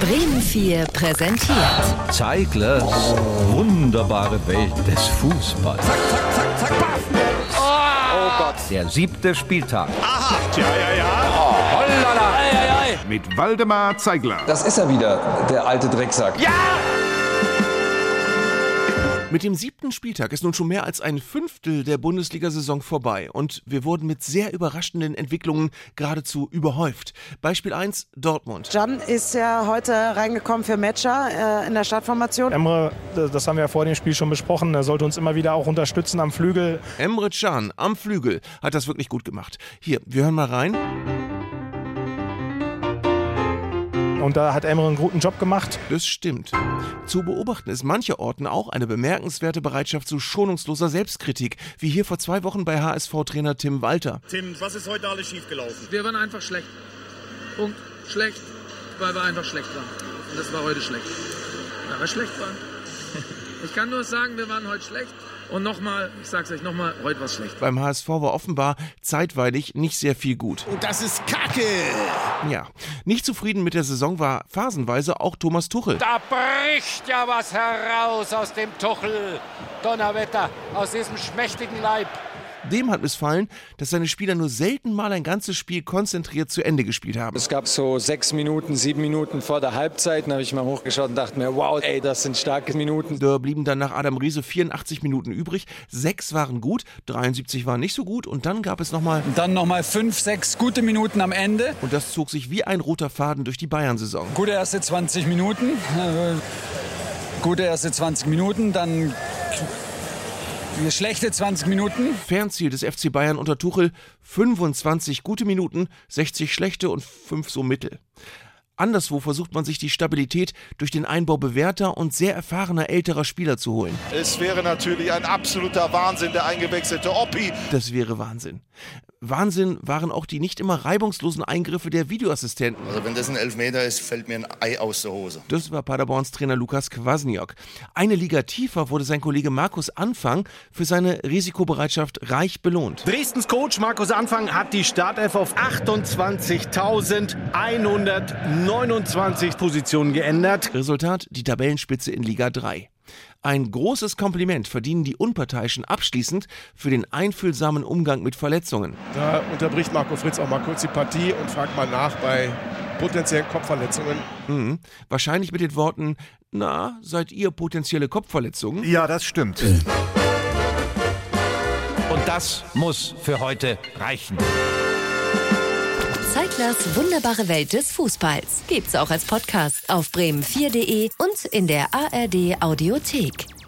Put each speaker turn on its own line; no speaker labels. Bremen 4 präsentiert.
Zeiglers wunderbare Welt des Fußballs. Der siebte Spieltag.
mit Waldemar Zeigler.
Das ist er wieder, der alte Drecksack.
Mit dem siebten Spieltag ist nun schon mehr als ein Fünftel der Bundesliga-Saison vorbei und wir wurden mit sehr überraschenden Entwicklungen geradezu überhäuft. Beispiel 1 Dortmund.
Jan ist ja heute reingekommen für Matcher äh, in der Startformation.
Emre, das haben wir ja vor dem Spiel schon besprochen, er sollte uns immer wieder auch unterstützen am Flügel.
Emre Can am Flügel hat das wirklich gut gemacht. Hier, wir hören mal rein.
Und da hat Emre einen guten Job gemacht.
Das stimmt. Zu beobachten ist mancherorten auch eine bemerkenswerte Bereitschaft zu schonungsloser Selbstkritik, wie hier vor zwei Wochen bei HSV-Trainer Tim Walter.
Tim, was ist heute alles schiefgelaufen?
Wir waren einfach schlecht. Punkt. Schlecht, weil wir einfach schlecht waren. Und das war heute schlecht. Weil wir schlecht waren. Ich kann nur sagen, wir waren heute schlecht. Und nochmal, ich sag's euch nochmal, heute war's schlecht.
Beim HSV war offenbar zeitweilig nicht sehr viel gut. Und das ist Kacke! Ja. Nicht zufrieden mit der Saison war phasenweise auch Thomas Tuchel.
Da bricht ja was heraus aus dem Tuchel. Donnerwetter, aus diesem schmächtigen Leib.
Dem hat missfallen, dass seine Spieler nur selten mal ein ganzes Spiel konzentriert zu Ende gespielt haben.
Es gab so sechs Minuten, sieben Minuten vor der Halbzeit. Dann habe ich mal hochgeschaut und dachte mir, wow, ey, das sind starke Minuten.
Da blieben dann nach Adam Riese 84 Minuten übrig. Sechs waren gut, 73 waren nicht so gut und dann gab es nochmal.
Dann nochmal fünf, sechs gute Minuten am Ende.
Und das zog sich wie ein roter Faden durch die Bayern-Saison.
Gute erste 20 Minuten. Äh, Gute erste 20 Minuten, dann schlechte 20 Minuten.
Fernziel des FC Bayern unter Tuchel 25 gute Minuten, 60 schlechte und 5 so mittel. Anderswo versucht man sich die Stabilität durch den Einbau bewährter und sehr erfahrener älterer Spieler zu holen.
Es wäre natürlich ein absoluter Wahnsinn, der eingewechselte Oppi.
Das wäre Wahnsinn. Wahnsinn waren auch die nicht immer reibungslosen Eingriffe der Videoassistenten.
Also wenn das ein Elfmeter ist, fällt mir ein Ei aus der Hose.
Das war Paderborns Trainer Lukas Kwasniok. Eine Liga tiefer wurde sein Kollege Markus Anfang für seine Risikobereitschaft reich belohnt.
Dresdens Coach Markus Anfang hat die Startelf auf 28.129 Positionen geändert.
Resultat die Tabellenspitze in Liga 3. Ein großes Kompliment verdienen die Unparteiischen abschließend für den einfühlsamen Umgang mit Verletzungen.
Da unterbricht Marco Fritz auch mal kurz die Partie und fragt mal nach bei potenziellen Kopfverletzungen.
Mhm. Wahrscheinlich mit den Worten, na, seid ihr potenzielle Kopfverletzungen?
Ja, das stimmt.
Und das muss für heute reichen.
Zeiglers wunderbare Welt des Fußballs gibt's auch als Podcast auf bremen4.de und in der ARD Audiothek.